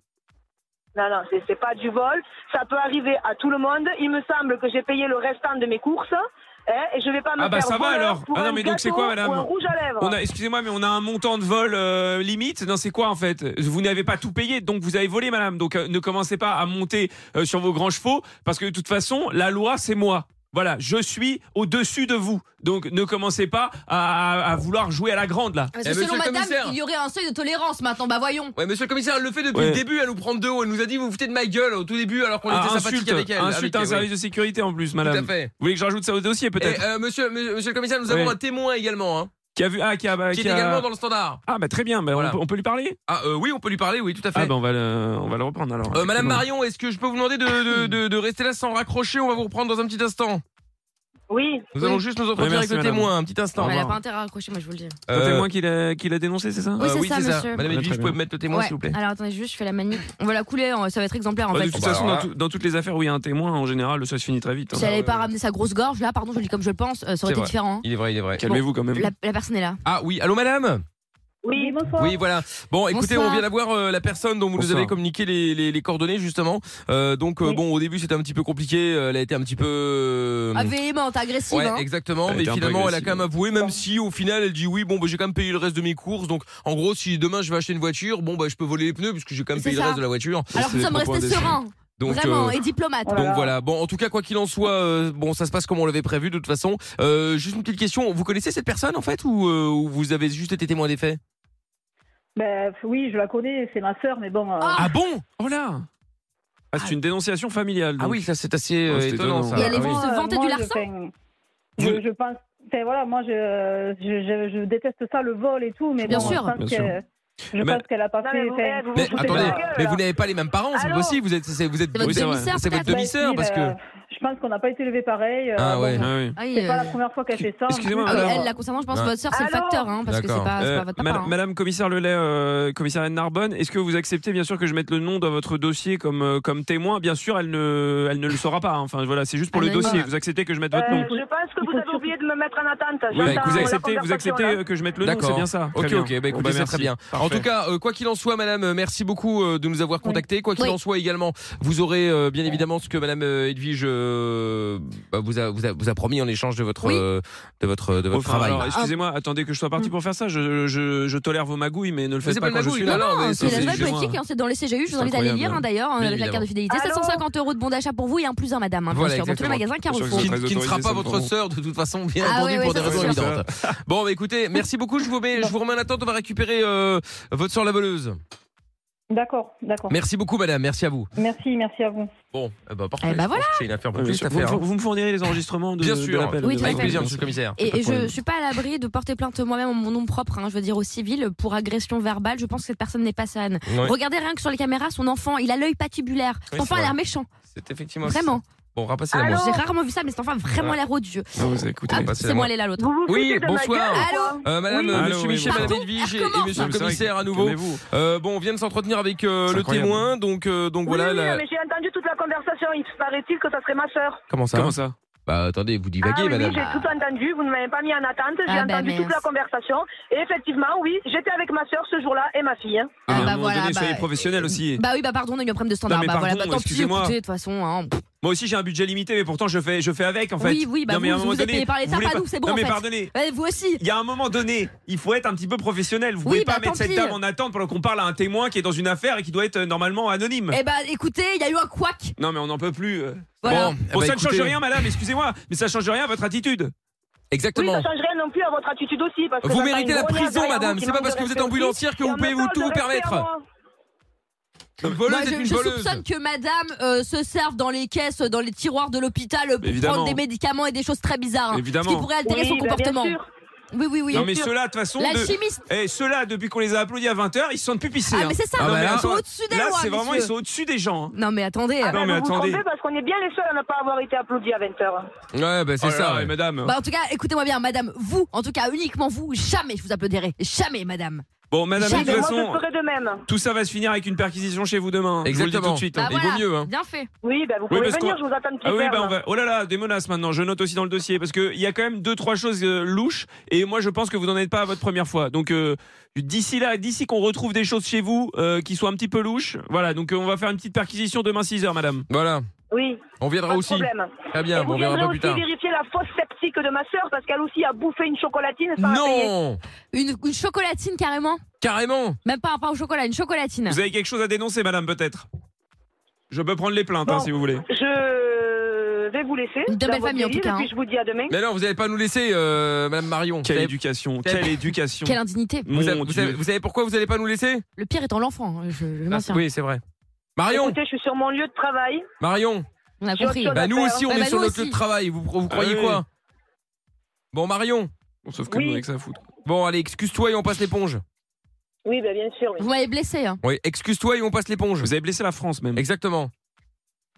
[SPEAKER 6] Non, non, c'est- c'est pas du vol. Ça peut arriver à tout le monde. Il me semble que j'ai payé le restant de mes courses. hein, et je vais pas me
[SPEAKER 4] Ah bah,
[SPEAKER 6] faire
[SPEAKER 4] ça va,
[SPEAKER 6] voleur
[SPEAKER 4] alors.
[SPEAKER 6] pour
[SPEAKER 4] Ah non,
[SPEAKER 6] un
[SPEAKER 4] mais donc, c'est quoi,
[SPEAKER 6] gâteau
[SPEAKER 4] madame
[SPEAKER 6] ou un rouge à lèvres.
[SPEAKER 4] On a, excusez-moi, mais on a un montant de vol euh, limite. Non, c'est quoi en fait Vous n'avez pas tout payé, donc vous avez volé, madame. Donc euh, ne commencez pas à monter euh, sur vos grands chevaux, parce que de toute façon, la loi, c'est moi. Voilà, je suis au-dessus de vous. Donc ne commencez pas à, à- à vouloir jouer à la grande là.
[SPEAKER 5] Parce
[SPEAKER 2] Eh,
[SPEAKER 5] que
[SPEAKER 2] monsieur
[SPEAKER 5] selon
[SPEAKER 2] le
[SPEAKER 5] madame,
[SPEAKER 2] commissaire.
[SPEAKER 5] il y aurait un seuil de tolérance maintenant, bah voyons.
[SPEAKER 2] Ouais, monsieur le commissaire, elle le fait depuis
[SPEAKER 4] Ouais.
[SPEAKER 2] le début, elle nous prend de haut. Elle nous a dit, vous vous foutez de ma gueule au tout début alors qu'on
[SPEAKER 4] Ah,
[SPEAKER 2] était sympathique
[SPEAKER 4] insulte,
[SPEAKER 2] avec elle.
[SPEAKER 4] insulte
[SPEAKER 2] avec
[SPEAKER 4] à un
[SPEAKER 2] elle,
[SPEAKER 4] service
[SPEAKER 2] oui.
[SPEAKER 4] de sécurité en plus,
[SPEAKER 2] Tout
[SPEAKER 4] madame.
[SPEAKER 2] à
[SPEAKER 4] Vous
[SPEAKER 2] fait.
[SPEAKER 4] voulez que je rajoute ça au dossier peut-être
[SPEAKER 2] Et, euh, monsieur, monsieur monsieur le commissaire, nous avons
[SPEAKER 4] Ouais.
[SPEAKER 2] un témoin également, hein,
[SPEAKER 4] Qui a vu ah qui a,
[SPEAKER 2] qui
[SPEAKER 4] qui
[SPEAKER 2] est
[SPEAKER 4] a-
[SPEAKER 2] également dans le standard.
[SPEAKER 4] Ah bah très bien, bah, on
[SPEAKER 2] Voilà.
[SPEAKER 4] peut- on, peut lui parler
[SPEAKER 2] Ah euh, oui, on peut lui parler, oui, tout à fait.
[SPEAKER 4] Ah bah on va le, on va le reprendre alors.
[SPEAKER 2] Euh, Madame Marion, est-ce que je peux vous demander de, de- de- de rester là sans raccrocher On va vous reprendre dans un petit instant.
[SPEAKER 6] Oui,
[SPEAKER 2] Nous
[SPEAKER 5] Oui.
[SPEAKER 2] allons juste nous entretenir
[SPEAKER 4] Ouais, merci,
[SPEAKER 2] avec le
[SPEAKER 4] madame.
[SPEAKER 2] témoin, un petit instant.
[SPEAKER 4] Au
[SPEAKER 5] Ouais, elle a
[SPEAKER 4] revoir.
[SPEAKER 5] pas intérêt à raccrocher, moi je vous le dis.
[SPEAKER 4] C'est
[SPEAKER 2] Euh,
[SPEAKER 4] le témoin qui l'a qui l'a dénoncé, c'est ça
[SPEAKER 2] euh,
[SPEAKER 5] Oui, c'est ça, monsieur.
[SPEAKER 2] Madame
[SPEAKER 4] Ouais,
[SPEAKER 2] Edwige,
[SPEAKER 4] très
[SPEAKER 2] vous pouvez
[SPEAKER 4] bien.
[SPEAKER 2] me mettre le témoin,
[SPEAKER 5] ouais.
[SPEAKER 2] s'il vous plaît
[SPEAKER 5] Alors attendez, juste je fais la manip. On va la couler, on- ça va être exemplaire en
[SPEAKER 4] Bah,
[SPEAKER 5] fait.
[SPEAKER 4] de toute
[SPEAKER 2] Bah,
[SPEAKER 4] façon,
[SPEAKER 2] alors
[SPEAKER 4] dans,
[SPEAKER 2] là-
[SPEAKER 4] tout- dans toutes les affaires où il y a un témoin, en général, ça se finit très vite. hein.
[SPEAKER 5] Si elle n'avait
[SPEAKER 2] ouais,
[SPEAKER 5] pas
[SPEAKER 2] ouais.
[SPEAKER 5] ramené sa grosse gorge, là, pardon, je le dis comme je le pense, euh, ça aurait
[SPEAKER 2] C'est
[SPEAKER 5] été
[SPEAKER 2] vrai.
[SPEAKER 5] différent.
[SPEAKER 2] Il est vrai, il est vrai.
[SPEAKER 4] Calmez-vous quand même.
[SPEAKER 5] La, la personne est là.
[SPEAKER 2] Ah oui, allô madame
[SPEAKER 3] Oui,
[SPEAKER 6] oui.
[SPEAKER 3] bonsoir.
[SPEAKER 2] Oui, voilà. Bon, écoutez,
[SPEAKER 5] Bonsoir.
[SPEAKER 2] on vient d'avoir euh, la personne dont vous nous
[SPEAKER 4] Bonsoir.
[SPEAKER 2] avez communiqué les, les- les coordonnées, justement. Euh, donc, euh,
[SPEAKER 6] Oui.
[SPEAKER 2] bon, au début, c'était un petit peu compliqué. euh, Elle a été un petit peu... euh,
[SPEAKER 5] Ah, véhémente, agressive.
[SPEAKER 2] Ouais,
[SPEAKER 5] hein.
[SPEAKER 2] exactement.
[SPEAKER 4] Elle
[SPEAKER 2] mais
[SPEAKER 4] était un peu
[SPEAKER 2] finalement, elle a
[SPEAKER 4] agressive.
[SPEAKER 2] quand même avoué, même si au final, elle dit oui, bon, bah, j'ai quand même payé le reste de mes courses. Donc, en gros, si demain je vais acheter une voiture, bon, bah, je peux voler les pneus puisque j'ai quand même
[SPEAKER 5] C'est
[SPEAKER 2] payé le
[SPEAKER 5] ça.
[SPEAKER 2] reste de la voiture.
[SPEAKER 5] Alors que nous
[SPEAKER 4] C'est
[SPEAKER 5] sommes
[SPEAKER 4] les propos
[SPEAKER 5] restés
[SPEAKER 4] indécents.
[SPEAKER 5] sereins,
[SPEAKER 2] Donc,
[SPEAKER 5] vraiment,
[SPEAKER 2] euh,
[SPEAKER 5] et diplomates.
[SPEAKER 6] Voilà.
[SPEAKER 2] donc voilà. Bon, en tout cas, quoi qu'il en soit, euh, bon, ça se passe comme on l'avait prévu de toute façon. Euh, juste une petite question. Vous connaissez cette personne en fait ou, euh, ou vous avez juste été témoin des faits
[SPEAKER 3] Ben, oui, je la connais, c'est ma sœur, mais bon. euh,
[SPEAKER 5] Ah.
[SPEAKER 2] Ah bon
[SPEAKER 4] Oh là Ah, c'est une dénonciation familiale.
[SPEAKER 2] Ah
[SPEAKER 4] donc.
[SPEAKER 2] oui, ça c'est assez euh,
[SPEAKER 4] Ah, c'est
[SPEAKER 2] étonnant.
[SPEAKER 4] étonnant.
[SPEAKER 2] ça.
[SPEAKER 5] Et elle est
[SPEAKER 2] Ah oui.
[SPEAKER 5] venue-
[SPEAKER 3] moi,
[SPEAKER 5] se
[SPEAKER 3] euh,
[SPEAKER 5] vanter
[SPEAKER 3] moi,
[SPEAKER 5] du
[SPEAKER 3] je-
[SPEAKER 5] larcin
[SPEAKER 3] enfin,
[SPEAKER 4] Vous-
[SPEAKER 3] je, je pense. enfin, voilà, moi, je, je, je- je déteste ça, le vol et tout, mais
[SPEAKER 5] Bien
[SPEAKER 3] bon,
[SPEAKER 5] sûr.
[SPEAKER 3] je pense
[SPEAKER 4] Bien
[SPEAKER 3] que-
[SPEAKER 4] sûr.
[SPEAKER 3] je
[SPEAKER 4] Mais-
[SPEAKER 3] pense qu'elle a pas
[SPEAKER 6] Non, mais
[SPEAKER 3] fait.
[SPEAKER 6] vous-
[SPEAKER 3] enfin,
[SPEAKER 6] eh, vous vous
[SPEAKER 2] Mais
[SPEAKER 6] foutez de
[SPEAKER 2] attendez,
[SPEAKER 6] ma gueule,
[SPEAKER 2] mais vous
[SPEAKER 6] là.
[SPEAKER 2] n'avez pas les mêmes parents, c'est
[SPEAKER 6] Allô
[SPEAKER 2] possible. Vous êtes, c'est- vous êtes,
[SPEAKER 5] C'est votre
[SPEAKER 4] Oui, c'est vrai.
[SPEAKER 5] demi-sœur,
[SPEAKER 2] c'est votre
[SPEAKER 5] peut-être
[SPEAKER 3] bah, si,
[SPEAKER 2] demi-sœur parce que.
[SPEAKER 3] bah, Je pense qu'on n'a pas été élevé pareil. euh,
[SPEAKER 2] Ah ouais.
[SPEAKER 3] bon,
[SPEAKER 4] Ah oui.
[SPEAKER 5] Ah oui,
[SPEAKER 3] C'est pas
[SPEAKER 5] euh,
[SPEAKER 3] la première fois qu'elle fait ça. euh,
[SPEAKER 4] Excusez-moi,
[SPEAKER 5] ah oui,
[SPEAKER 4] Alors-
[SPEAKER 5] elle, la concernant, je pense
[SPEAKER 2] Ouais.
[SPEAKER 5] que votre sœur, c'est le
[SPEAKER 6] Alors
[SPEAKER 5] facteur, hein, parce que c'est
[SPEAKER 2] D'accord.
[SPEAKER 5] pas, c'est
[SPEAKER 4] Euh,
[SPEAKER 5] pas votre papa.
[SPEAKER 4] Madame,
[SPEAKER 5] hein.
[SPEAKER 4] Madame commissaire Lelay, euh, commissaire Anne Narbonne, est-ce que vous acceptez bien sûr que je mette le nom dans votre dossier comme, euh, comme témoin Bien sûr, elle ne, elle ne le saura pas. hein. Enfin voilà, c'est juste pour le
[SPEAKER 5] Anonyme.
[SPEAKER 4] dossier. Vous acceptez que je mette
[SPEAKER 6] Euh,
[SPEAKER 4] votre nom
[SPEAKER 6] je pense que
[SPEAKER 3] Il
[SPEAKER 6] vous
[SPEAKER 3] faut
[SPEAKER 6] avez
[SPEAKER 3] surtout-
[SPEAKER 6] oublié de me mettre en attente. J'entends
[SPEAKER 4] Oui, vous
[SPEAKER 6] la
[SPEAKER 4] acceptez, vous
[SPEAKER 6] conversation,
[SPEAKER 4] acceptez
[SPEAKER 6] là.
[SPEAKER 4] euh, que je mette le nom, c'est
[SPEAKER 2] D'accord.
[SPEAKER 4] bien ça.
[SPEAKER 2] Ok,
[SPEAKER 4] Très bien.
[SPEAKER 2] ok, bah
[SPEAKER 4] Bon,
[SPEAKER 2] écoutez,
[SPEAKER 4] bah,
[SPEAKER 2] c'est
[SPEAKER 4] merci.
[SPEAKER 2] très bien. En
[SPEAKER 4] Parfait.
[SPEAKER 2] tout cas, euh, quoi qu'il en soit, madame, euh, merci beaucoup euh, de nous avoir contactés. Quoi qu'il
[SPEAKER 5] Oui.
[SPEAKER 2] en soit également, vous aurez euh, bien évidemment ce que madame euh, Edwige euh, bah, vous, a, vous, a, vous a promis en échange de votre,
[SPEAKER 5] Oui.
[SPEAKER 2] euh, de votre, de votre
[SPEAKER 4] Enfin,
[SPEAKER 2] travail.
[SPEAKER 4] alors,
[SPEAKER 5] Ah.
[SPEAKER 4] excusez-moi, attendez que je sois parti pour faire ça. Je, je- je tolère vos magouilles, mais ne le
[SPEAKER 2] Mais
[SPEAKER 4] faites
[SPEAKER 2] c'est
[SPEAKER 4] pas,
[SPEAKER 2] pas une
[SPEAKER 4] quand je suis
[SPEAKER 2] magouille,
[SPEAKER 4] là.
[SPEAKER 2] non,
[SPEAKER 5] Non,
[SPEAKER 2] mais
[SPEAKER 5] non,
[SPEAKER 2] c'est-
[SPEAKER 5] c'est la
[SPEAKER 2] c'est
[SPEAKER 5] nouvelle
[SPEAKER 2] chez moi.
[SPEAKER 5] politique, hein, c'est dans les CGU. Je vous invite à les
[SPEAKER 4] incroyable.
[SPEAKER 5] lire hein, d'ailleurs hein,
[SPEAKER 2] Bien
[SPEAKER 5] avec la carte de fidélité.
[SPEAKER 6] Allô
[SPEAKER 5] 750 euros de bon d'achat pour vous et un plus un madame, hein, bien
[SPEAKER 2] Voilà,
[SPEAKER 5] sûr, dans tous les
[SPEAKER 2] exactement.
[SPEAKER 5] magasins Carrefour.
[SPEAKER 2] Qui,
[SPEAKER 4] Très
[SPEAKER 2] qui ne sera pas
[SPEAKER 4] autorisé, ça me
[SPEAKER 2] votre
[SPEAKER 4] prend.
[SPEAKER 2] sœur de toute façon, bien
[SPEAKER 5] Ah
[SPEAKER 2] entendu,
[SPEAKER 5] ouais,
[SPEAKER 2] pour
[SPEAKER 5] ouais,
[SPEAKER 2] des
[SPEAKER 5] ça,
[SPEAKER 2] raisons
[SPEAKER 5] c'est sûr.
[SPEAKER 2] évidentes. Bon, bah, écoutez, merci beaucoup. Je vous mets, je vous remets en attente. On va récupérer euh, votre sœur la voleuse.
[SPEAKER 3] D'accord, d'accord.
[SPEAKER 2] Merci beaucoup, madame. Merci à vous.
[SPEAKER 3] Merci, merci à vous.
[SPEAKER 2] Bon, eh ben, parfait.
[SPEAKER 5] Eh ben, voilà.
[SPEAKER 2] C'est une affaire pour
[SPEAKER 4] Oui, bien
[SPEAKER 2] plus
[SPEAKER 4] sûr.
[SPEAKER 2] à
[SPEAKER 4] Vous,
[SPEAKER 2] faire. hein.
[SPEAKER 4] vous me fournirez les enregistrements de,
[SPEAKER 2] Bien
[SPEAKER 4] de
[SPEAKER 2] sûr.
[SPEAKER 4] l'appel.
[SPEAKER 5] Oui, tout à
[SPEAKER 2] Avec
[SPEAKER 5] fait.
[SPEAKER 2] plaisir, monsieur le commissaire.
[SPEAKER 5] Et, et je,
[SPEAKER 4] problème.
[SPEAKER 5] je suis pas à l'abri de porter plainte moi-même en mon nom propre, hein, je veux dire au civil, pour agression verbale. Je pense que cette personne n'est pas saine.
[SPEAKER 2] Ouais.
[SPEAKER 5] Regardez rien que sur les caméras, son enfant, il a l'œil patibulaire. Cet
[SPEAKER 2] Oui, c'est
[SPEAKER 5] enfant a
[SPEAKER 2] vrai.
[SPEAKER 5] l'air méchant,
[SPEAKER 2] C'est effectivement
[SPEAKER 5] vraiment.
[SPEAKER 2] Bon, rapassez la manche.
[SPEAKER 5] J'ai rarement vu ça, mais cet enfant a vraiment l'air odieux.
[SPEAKER 4] Ah, vous écoutez.
[SPEAKER 5] Ah,
[SPEAKER 2] bah, c'est
[SPEAKER 5] c'est moi,
[SPEAKER 2] moi.
[SPEAKER 5] elle est là l'autre.
[SPEAKER 6] Vous vous
[SPEAKER 2] Oui,
[SPEAKER 6] foutez de ma
[SPEAKER 2] bonsoir.
[SPEAKER 6] gueule,
[SPEAKER 5] Allô
[SPEAKER 6] quoi.
[SPEAKER 2] Euh, madame,
[SPEAKER 6] Oui.
[SPEAKER 2] euh,
[SPEAKER 4] Allô,
[SPEAKER 2] monsieur
[SPEAKER 4] oui,
[SPEAKER 2] Michel,
[SPEAKER 4] pardon.
[SPEAKER 2] madame Edwige et,
[SPEAKER 5] Elle
[SPEAKER 2] et monsieur
[SPEAKER 4] Non,
[SPEAKER 2] le
[SPEAKER 4] mais c'est vrai
[SPEAKER 2] commissaire
[SPEAKER 4] que-
[SPEAKER 2] à nouveau.
[SPEAKER 4] calmez-vous.
[SPEAKER 2] Euh, bon, on vient de s'entretenir avec euh,
[SPEAKER 4] C'est
[SPEAKER 2] le
[SPEAKER 4] incroyable.
[SPEAKER 2] témoin, donc, euh, donc
[SPEAKER 6] Oui,
[SPEAKER 2] voilà.
[SPEAKER 6] oui,
[SPEAKER 2] la-
[SPEAKER 6] mais j'ai entendu toute la conversation. Il paraît-il que ça serait ma sœur.
[SPEAKER 2] Comment ça
[SPEAKER 4] Comment ça
[SPEAKER 2] Bah attendez, vous
[SPEAKER 6] Ah
[SPEAKER 2] divaguez,
[SPEAKER 6] oui, oui,
[SPEAKER 2] madame.
[SPEAKER 6] j'ai tout entendu, vous ne m'avez pas mis en attente, j'ai
[SPEAKER 5] Ah, bah,
[SPEAKER 6] entendu toute
[SPEAKER 5] mince.
[SPEAKER 6] la conversation. Et effectivement, oui, j'étais avec ma soeur ce jour-là et ma fille. hein.
[SPEAKER 4] Ah,
[SPEAKER 5] Ah, bah,
[SPEAKER 4] à un moment
[SPEAKER 5] voilà,
[SPEAKER 4] donné,
[SPEAKER 5] bah,
[SPEAKER 4] soyez professionnel aussi.
[SPEAKER 5] Bah oui, bah pardon, on a eu un problème de standard.
[SPEAKER 4] Non, mais
[SPEAKER 5] bah voilà,
[SPEAKER 4] pardon,
[SPEAKER 5] bah tant pis,
[SPEAKER 4] excusez-moi.
[SPEAKER 5] écoutez, de toute façon. hein, pff.
[SPEAKER 4] Moi aussi j'ai un budget limité, mais pourtant je fais, je fais avec en fait.
[SPEAKER 5] Oui, oui, bah
[SPEAKER 4] Non, mais à un
[SPEAKER 5] vous,
[SPEAKER 4] moment
[SPEAKER 5] vous êtes
[SPEAKER 4] donné,
[SPEAKER 5] payé par l'État,
[SPEAKER 4] vous voulez
[SPEAKER 5] pas
[SPEAKER 4] pas-
[SPEAKER 5] nous, c'est bon
[SPEAKER 4] Non
[SPEAKER 5] en
[SPEAKER 4] mais
[SPEAKER 5] fait.
[SPEAKER 4] pardonnez.
[SPEAKER 5] Ouais, Eh, Vous aussi.
[SPEAKER 4] Il y a un moment donné, il faut être un petit peu professionnel. Vous
[SPEAKER 5] Oui,
[SPEAKER 4] pouvez
[SPEAKER 5] bah,
[SPEAKER 4] pas mettre
[SPEAKER 5] tant
[SPEAKER 4] cette
[SPEAKER 5] pis.
[SPEAKER 4] dame en attente pendant qu'on parle à un témoin qui est dans une affaire et qui doit être euh, normalement anonyme.
[SPEAKER 5] Eh bah écoutez, il y a eu un couac.
[SPEAKER 4] Non mais on n'en peut plus. euh.
[SPEAKER 5] Voilà.
[SPEAKER 2] Bon, eh
[SPEAKER 4] Bon,
[SPEAKER 2] bah,
[SPEAKER 4] ça ne change
[SPEAKER 2] écoutez,
[SPEAKER 4] rien, madame, excusez-moi, mais ça change rien à votre attitude.
[SPEAKER 6] Oui,
[SPEAKER 2] Exactement.
[SPEAKER 6] ça change rien non plus à votre attitude aussi. Parce que
[SPEAKER 2] vous
[SPEAKER 6] j'entends
[SPEAKER 2] méritez
[SPEAKER 6] une
[SPEAKER 2] la
[SPEAKER 6] grognasse
[SPEAKER 2] prison,
[SPEAKER 6] derrière
[SPEAKER 2] madame.
[SPEAKER 6] qui
[SPEAKER 2] C'est pas
[SPEAKER 6] manque
[SPEAKER 2] parce
[SPEAKER 6] de
[SPEAKER 2] que vous êtes
[SPEAKER 6] respect
[SPEAKER 2] ambulancière
[SPEAKER 6] aussi.
[SPEAKER 2] que vous
[SPEAKER 6] Et en
[SPEAKER 2] pouvez
[SPEAKER 6] même
[SPEAKER 2] vous
[SPEAKER 6] temps,
[SPEAKER 2] tout
[SPEAKER 6] de
[SPEAKER 2] vous
[SPEAKER 6] respect à
[SPEAKER 2] permettre.
[SPEAKER 6] moi.
[SPEAKER 2] Une voleuse
[SPEAKER 5] Moi,
[SPEAKER 2] est
[SPEAKER 5] je,
[SPEAKER 2] une
[SPEAKER 5] je
[SPEAKER 2] voleuse.
[SPEAKER 5] soupçonne que madame euh, se serve dans les caisses, dans les tiroirs de l'hôpital euh, pour
[SPEAKER 4] Évidemment.
[SPEAKER 5] prendre des médicaments et des choses très bizarres. hein,
[SPEAKER 4] Évidemment.
[SPEAKER 5] Ce qui pourrait altérer
[SPEAKER 6] Oui,
[SPEAKER 5] son
[SPEAKER 6] bah, bien
[SPEAKER 5] comportement.
[SPEAKER 6] sûr.
[SPEAKER 5] Oui, oui, oui.
[SPEAKER 4] non mais ceux-là, de toute façon,
[SPEAKER 5] La
[SPEAKER 4] de-
[SPEAKER 5] chimiste.
[SPEAKER 4] eh, ceux-là, depuis qu'on les a applaudis à 20h, ils se sentent plus pissés.
[SPEAKER 5] Ah,
[SPEAKER 4] hein.
[SPEAKER 5] mais c'est ça,
[SPEAKER 2] Ah, bah, là-
[SPEAKER 5] ils sont au-dessus des
[SPEAKER 4] Là,
[SPEAKER 5] lois.
[SPEAKER 4] c'est vraiment, ils
[SPEAKER 5] messieurs.
[SPEAKER 4] sont au-dessus des gens. hein.
[SPEAKER 5] Non, mais attendez.
[SPEAKER 6] Ah,
[SPEAKER 5] euh,
[SPEAKER 4] Non,
[SPEAKER 6] ben,
[SPEAKER 4] mais
[SPEAKER 6] vous vous
[SPEAKER 4] attendez.
[SPEAKER 6] trompez parce qu'on est bien les seuls à ne pas avoir été applaudis à 20h.
[SPEAKER 2] Ouais, bah c'est
[SPEAKER 4] Oh là
[SPEAKER 2] ça.
[SPEAKER 4] là,
[SPEAKER 2] ouais.
[SPEAKER 4] et madame.
[SPEAKER 5] Bah, en tout cas, écoutez-moi bien, madame, vous, en tout cas, uniquement vous, jamais je vous applaudirai. Jamais, madame.
[SPEAKER 4] Bon, madame, de
[SPEAKER 5] Jamais.
[SPEAKER 4] toute
[SPEAKER 6] moi,
[SPEAKER 4] façon,
[SPEAKER 6] je ferai de même.
[SPEAKER 4] tout ça va se finir avec une perquisition chez vous demain. hein. Je vous le dis
[SPEAKER 2] Exactement.
[SPEAKER 4] tout de suite.
[SPEAKER 5] Bah,
[SPEAKER 4] hein.
[SPEAKER 2] il vaut
[SPEAKER 5] voilà.
[SPEAKER 2] mieux, hein.
[SPEAKER 5] Bien fait.
[SPEAKER 6] Oui, ben, vous pouvez
[SPEAKER 4] parce
[SPEAKER 6] venir,
[SPEAKER 4] qu'on-
[SPEAKER 6] je vous attends petit
[SPEAKER 4] Ah oui,
[SPEAKER 6] ferme.
[SPEAKER 4] bah on va... Oh là là, des menaces maintenant. Je note aussi dans le dossier parce qu'il y a quand même deux trois choses euh, louches et moi je pense que vous n'en êtes pas à votre première fois. Donc euh, d'ici là, d'ici qu'on retrouve des choses chez vous euh, qui soient un petit peu louches, voilà. Donc euh, on va faire une petite perquisition demain 6 h madame.
[SPEAKER 2] Voilà.
[SPEAKER 6] Oui,
[SPEAKER 4] Ah,
[SPEAKER 2] On viendra
[SPEAKER 6] pas de
[SPEAKER 2] aussi.
[SPEAKER 6] problème.
[SPEAKER 2] Très bien,
[SPEAKER 6] Et
[SPEAKER 2] bon,
[SPEAKER 6] vous
[SPEAKER 2] on verra pas plus
[SPEAKER 6] viendrez aussi
[SPEAKER 2] tard.
[SPEAKER 6] vérifier la fausse septique de ma soeur parce qu'elle aussi a bouffé une chocolatine. sans la payer.
[SPEAKER 2] Non
[SPEAKER 5] Une, une chocolatine, carrément.
[SPEAKER 2] Carrément
[SPEAKER 5] Même pas un pain au chocolat, une chocolatine.
[SPEAKER 4] Vous avez quelque chose à dénoncer, madame, peut-être. Je peux prendre les plaintes hein,
[SPEAKER 6] Bon.
[SPEAKER 4] si vous voulez.
[SPEAKER 6] Je vais vous laisser.
[SPEAKER 5] Une
[SPEAKER 6] dans
[SPEAKER 5] très belle
[SPEAKER 6] votre
[SPEAKER 5] famille, en
[SPEAKER 6] délire,
[SPEAKER 5] tout cas,
[SPEAKER 6] Et puis
[SPEAKER 5] hein.
[SPEAKER 6] je vous dis à demain.
[SPEAKER 2] Mais alors, vous n'allez pas nous laisser, euh, Madame Marion.
[SPEAKER 4] Quelle
[SPEAKER 2] Vous savez-
[SPEAKER 4] éducation,
[SPEAKER 2] Quelle-
[SPEAKER 4] quelle éducation.
[SPEAKER 5] Quelle indignité.
[SPEAKER 2] vous, savez,
[SPEAKER 4] Mon
[SPEAKER 2] vous
[SPEAKER 4] Dieu.
[SPEAKER 2] savez- vous savez pourquoi vous n'allez pas nous laisser
[SPEAKER 5] Le pire étant l'enfant, hein, je, je
[SPEAKER 2] Ah,
[SPEAKER 5] maintiens.
[SPEAKER 2] Oui, c'est vrai. Marion,
[SPEAKER 6] Écoutez, je suis sur mon lieu de travail.
[SPEAKER 2] Marion.
[SPEAKER 5] On a
[SPEAKER 6] J'ai
[SPEAKER 5] compris.
[SPEAKER 6] autre chose
[SPEAKER 2] Bah nous aussi, on
[SPEAKER 5] Bah,
[SPEAKER 2] est
[SPEAKER 5] bah,
[SPEAKER 2] sur
[SPEAKER 5] nous
[SPEAKER 2] notre lieu
[SPEAKER 5] aussi.
[SPEAKER 2] de travail. Vous, vous croyez
[SPEAKER 4] Ah oui.
[SPEAKER 2] quoi Bon, Marion.
[SPEAKER 4] Bon, Sauf que
[SPEAKER 6] Oui.
[SPEAKER 4] nous, on a que ça à foutre.
[SPEAKER 2] Bon, allez, excuse-toi et on passe l'éponge.
[SPEAKER 6] Oui, bah, bien sûr. oui.
[SPEAKER 5] Vous m'avez blessé. Hein.
[SPEAKER 2] Oui, excuse-toi et on passe l'éponge.
[SPEAKER 4] Vous avez blessé la France même.
[SPEAKER 2] Exactement.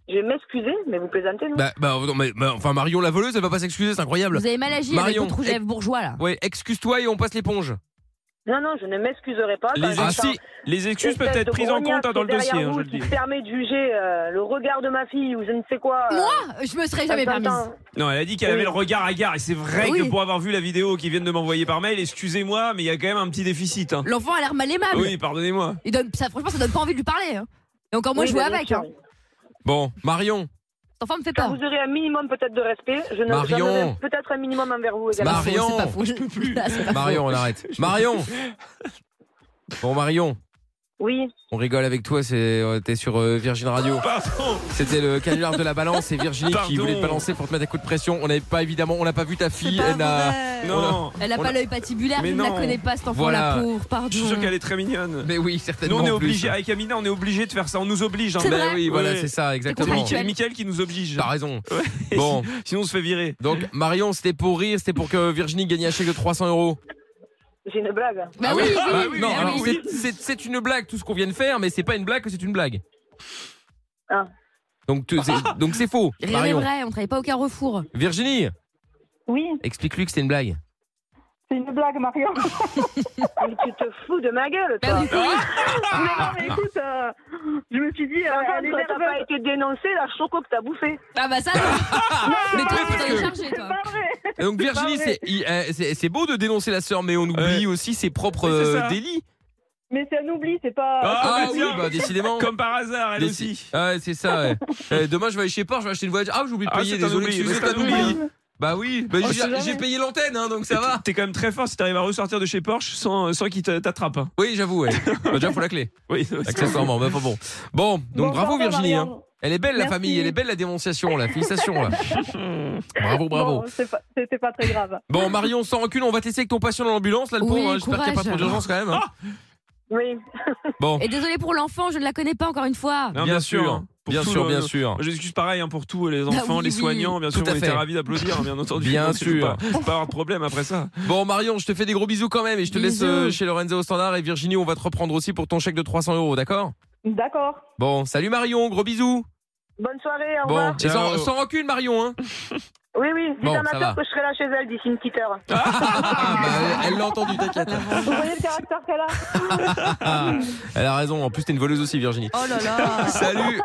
[SPEAKER 6] Je vais m'excuser, mais vous plaisantez, non
[SPEAKER 2] Bah, bah, non, mais- bah, enfin, Marion la voleuse, elle va pas s'excuser, c'est incroyable.
[SPEAKER 5] Vous avez mal agi avec
[SPEAKER 2] Marion,
[SPEAKER 5] votre rouge à lèvres bourgeois là.
[SPEAKER 2] Ouais, excuse-toi et on passe l'éponge.
[SPEAKER 6] Non, non, je ne m'excuserai bah, pas.
[SPEAKER 4] Les,
[SPEAKER 6] Quand
[SPEAKER 2] Ah,
[SPEAKER 6] j'entends
[SPEAKER 2] si.
[SPEAKER 4] les excuses
[SPEAKER 6] l'espèce
[SPEAKER 4] peuvent être
[SPEAKER 6] de
[SPEAKER 4] prises en compte hein, dans le
[SPEAKER 6] grognasse
[SPEAKER 4] dossier,
[SPEAKER 6] derrière
[SPEAKER 4] hein,
[SPEAKER 6] vous
[SPEAKER 4] je le
[SPEAKER 6] qui
[SPEAKER 4] dis.
[SPEAKER 6] se permet de juger euh, le regard de ma fille ou je ne sais quoi. euh,
[SPEAKER 5] Moi, je me serais
[SPEAKER 6] quand
[SPEAKER 5] jamais permise.
[SPEAKER 6] j'entends-
[SPEAKER 4] Non, elle a dit qu'elle
[SPEAKER 6] Oui.
[SPEAKER 4] avait le regard hagard. Et c'est vrai
[SPEAKER 5] Oui.
[SPEAKER 4] que pour avoir vu la vidéo qu'ils viennent de m'envoyer par mail, excusez-moi, mais il y a quand même un petit déficit. hein.
[SPEAKER 5] L'enfant a l'air mal aimable.
[SPEAKER 4] Oui, pardonnez-moi.
[SPEAKER 5] Il donne, ça, franchement, ça donne pas envie de lui parler. hein. Et encore moins
[SPEAKER 6] Oui,
[SPEAKER 5] jouer
[SPEAKER 6] bah, bien
[SPEAKER 5] avec.
[SPEAKER 6] sûr,
[SPEAKER 5] Hein.
[SPEAKER 6] oui.
[SPEAKER 2] Bon, Marion.
[SPEAKER 5] Cet enfant me fait
[SPEAKER 6] Quand
[SPEAKER 5] peur.
[SPEAKER 6] vous aurez un minimum peut-être de respect, je ne
[SPEAKER 2] Marion.
[SPEAKER 6] j'en aurai peut-être un minimum envers vous également.
[SPEAKER 2] Mar- Marion.
[SPEAKER 5] C'est pas faux. Là, c'est pas faux.
[SPEAKER 2] Marion, on arrête. Marion. Bon, Marion.
[SPEAKER 6] Oui,
[SPEAKER 2] On rigole avec toi, c'est, euh, t'es sur euh, Virgin Radio.
[SPEAKER 4] Pardon.
[SPEAKER 2] C'était le canular de la balance et Virginie qui
[SPEAKER 4] Pardon.
[SPEAKER 2] voulait te balancer pour te mettre un coup de pression. On n'avait pas évidemment, on n'a pas vu ta
[SPEAKER 5] C'est
[SPEAKER 2] fille.
[SPEAKER 5] pas
[SPEAKER 2] elle n'a-
[SPEAKER 5] vrai.
[SPEAKER 4] Non.
[SPEAKER 5] Elle a
[SPEAKER 4] On
[SPEAKER 5] pas
[SPEAKER 4] a-
[SPEAKER 5] l'œil patibulaire,
[SPEAKER 4] Mais
[SPEAKER 5] je ne la
[SPEAKER 4] non.
[SPEAKER 5] connais pas, cette enfant
[SPEAKER 2] Voilà.
[SPEAKER 5] la pauvre, pardon.
[SPEAKER 4] Je suis sûr qu'elle est très mignonne.
[SPEAKER 2] Mais oui,
[SPEAKER 4] Nous,
[SPEAKER 2] certainement.
[SPEAKER 4] on est
[SPEAKER 2] en plus.
[SPEAKER 4] obligé, avec Amina, on est obligé de faire ça. On nous oblige. hein.
[SPEAKER 5] C'est
[SPEAKER 2] Ben
[SPEAKER 5] vrai.
[SPEAKER 2] oui, voilà,
[SPEAKER 4] Ouais.
[SPEAKER 2] c'est ça,
[SPEAKER 4] C'est
[SPEAKER 2] exactement.
[SPEAKER 5] compliqué.
[SPEAKER 4] Mickaël, Mickaël qui nous oblige.
[SPEAKER 2] T'as raison.
[SPEAKER 4] Et
[SPEAKER 2] Bon.
[SPEAKER 4] si- Sinon, on se fait virer.
[SPEAKER 2] Donc Marion, c'était pour rire, c'était pour que Virginie gagne un chèque de 300 euros.
[SPEAKER 6] j'ai une blague.
[SPEAKER 5] Bah oui, oui,
[SPEAKER 4] Ah
[SPEAKER 5] oui,
[SPEAKER 4] oui,
[SPEAKER 2] non,
[SPEAKER 5] bah
[SPEAKER 2] alors,
[SPEAKER 5] oui.
[SPEAKER 2] c'est- c'est c'est une blague tout ce qu'on vient de faire, mais c'est pas une blague, que c'est une blague.
[SPEAKER 6] Ah.
[SPEAKER 2] Donc tu- c'est- donc c'est faux.
[SPEAKER 5] Rien n'est
[SPEAKER 2] Marion,
[SPEAKER 5] vrai, on travaille pas au carrefour.
[SPEAKER 2] Virginie,
[SPEAKER 3] Oui,
[SPEAKER 2] explique-lui que c'était une blague.
[SPEAKER 3] c'est une blague, Marion.
[SPEAKER 6] Mais tu te fous de ma gueule,
[SPEAKER 5] Bah
[SPEAKER 6] toi.
[SPEAKER 5] oui, oui.
[SPEAKER 3] mais non, mais écoute, euh, je me suis dit, euh,
[SPEAKER 6] Par
[SPEAKER 3] elle est
[SPEAKER 6] contre, t'as pas
[SPEAKER 3] nerveuse.
[SPEAKER 6] été dénoncé la choco que t'as bouffé.
[SPEAKER 5] Ah bah ça, non. Mais toi, tu t'en es chargé,
[SPEAKER 3] C'est
[SPEAKER 5] toi.
[SPEAKER 3] pas vrai.
[SPEAKER 2] Et donc Virginie,
[SPEAKER 3] vrai.
[SPEAKER 2] c'est il- euh, c'est c'est beau de dénoncer la sœur, mais on oublie aussi ses propres
[SPEAKER 4] Oui, c'est
[SPEAKER 2] euh,
[SPEAKER 4] ça.
[SPEAKER 2] délits.
[SPEAKER 3] Mais c'est un oubli, c'est pas.
[SPEAKER 4] Ah, bah
[SPEAKER 2] oui,
[SPEAKER 4] tiens.
[SPEAKER 2] bah décidément.
[SPEAKER 4] Comme par hasard, elle
[SPEAKER 2] Déci-
[SPEAKER 4] aussi.
[SPEAKER 2] Ouais, c'est ça. ouais. Euh, demain, je vais aller chez Porsche, je vais acheter une voiture. Ah, j'ai oublié de
[SPEAKER 4] Ah,
[SPEAKER 2] payer.
[SPEAKER 4] c'est un
[SPEAKER 2] désolé,
[SPEAKER 4] oubli,
[SPEAKER 2] excusez,
[SPEAKER 4] c'est un
[SPEAKER 2] t'as
[SPEAKER 4] oubli.
[SPEAKER 2] oublié. Bah oui, bah,
[SPEAKER 4] Oh,
[SPEAKER 2] j'ai-
[SPEAKER 4] c'est jamais.
[SPEAKER 2] j'ai payé l'antenne, hein, donc ça va.
[SPEAKER 4] T'es quand même très fort si t'arrives à ressortir de chez Porsche sans, sans qu'il te- t'attrape. hein.
[SPEAKER 2] Oui, j'avoue. Ouais. bah, déjà, faut la clé.
[SPEAKER 4] Oui,
[SPEAKER 2] Accessoirement, mais enfin bon. Bon, donc
[SPEAKER 3] Bon,
[SPEAKER 2] bravo
[SPEAKER 3] pardon,
[SPEAKER 2] Virginie.
[SPEAKER 3] Marion.
[SPEAKER 2] hein. Elle est belle la
[SPEAKER 3] Merci.
[SPEAKER 2] famille, elle est belle la dénonciation là, félicitations là. bravo, bravo.
[SPEAKER 3] Bon, c'est pas- C'était pas très grave.
[SPEAKER 2] Bon. Marion, sans recul, on va tester avec ton patient dans l'ambulance là, le
[SPEAKER 5] Oui,
[SPEAKER 2] pauvre. hein. J'espère qu'il n'y a pas trop
[SPEAKER 5] courage.
[SPEAKER 2] d'urgence quand même. hein.
[SPEAKER 6] Oui.
[SPEAKER 2] Bon,
[SPEAKER 5] Et désolé pour l'enfant, je ne la connais pas encore une fois.
[SPEAKER 4] Non,
[SPEAKER 2] bien
[SPEAKER 4] bien
[SPEAKER 2] sûr,
[SPEAKER 4] sûr, hein. Pour
[SPEAKER 2] bien
[SPEAKER 4] tout
[SPEAKER 2] sûr,
[SPEAKER 4] le-
[SPEAKER 2] bien sûr.
[SPEAKER 4] Moi, J'excuse pareil hein, pour tous les enfants,
[SPEAKER 5] Bah oui,
[SPEAKER 4] les
[SPEAKER 5] oui.
[SPEAKER 4] soignants, bien
[SPEAKER 2] Tout
[SPEAKER 4] sûr,
[SPEAKER 2] à
[SPEAKER 4] on
[SPEAKER 2] fait.
[SPEAKER 4] était ravis d'applaudir, hein, bien entendu.
[SPEAKER 2] Bien
[SPEAKER 4] Donc, faut
[SPEAKER 2] sûr.
[SPEAKER 4] Pas, faut pas avoir de problème après ça.
[SPEAKER 2] Bon Marion, je te fais des gros bisous quand même et je te laisse
[SPEAKER 5] Bisous.
[SPEAKER 2] euh, chez Lorenzo au standard et Virginie, on va te reprendre aussi pour ton chèque de 300 euros, d'accord
[SPEAKER 3] D'accord.
[SPEAKER 2] Bon, salut Marion, gros bisous.
[SPEAKER 6] Bonne soirée, au
[SPEAKER 2] Bon,
[SPEAKER 6] revoir.
[SPEAKER 2] et sans,
[SPEAKER 4] Ciao.
[SPEAKER 2] sans rancune Marion. Hein.
[SPEAKER 6] Oui, oui, dis
[SPEAKER 2] Bon,
[SPEAKER 6] à ma
[SPEAKER 2] ça
[SPEAKER 6] sœur
[SPEAKER 2] va.
[SPEAKER 6] que je serai là chez elle d'ici une petite heure.
[SPEAKER 2] Ah, bah, elle- elle l'a entendu, t'inquiète.
[SPEAKER 3] Vous voyez le caractère qu'elle a
[SPEAKER 2] Ah, elle a raison. En plus, t'es une voleuse aussi, Virginie.
[SPEAKER 5] Oh là là.
[SPEAKER 2] Salut,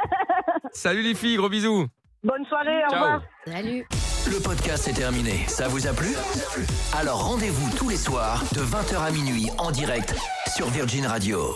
[SPEAKER 2] salut les filles, gros bisous.
[SPEAKER 6] Bonne soirée, au
[SPEAKER 2] Ciao.
[SPEAKER 6] revoir.
[SPEAKER 5] Salut.
[SPEAKER 1] Le podcast est terminé. Ça vous a plu Alors rendez-vous tous les soirs de 20h à minuit en direct sur Virgin Radio.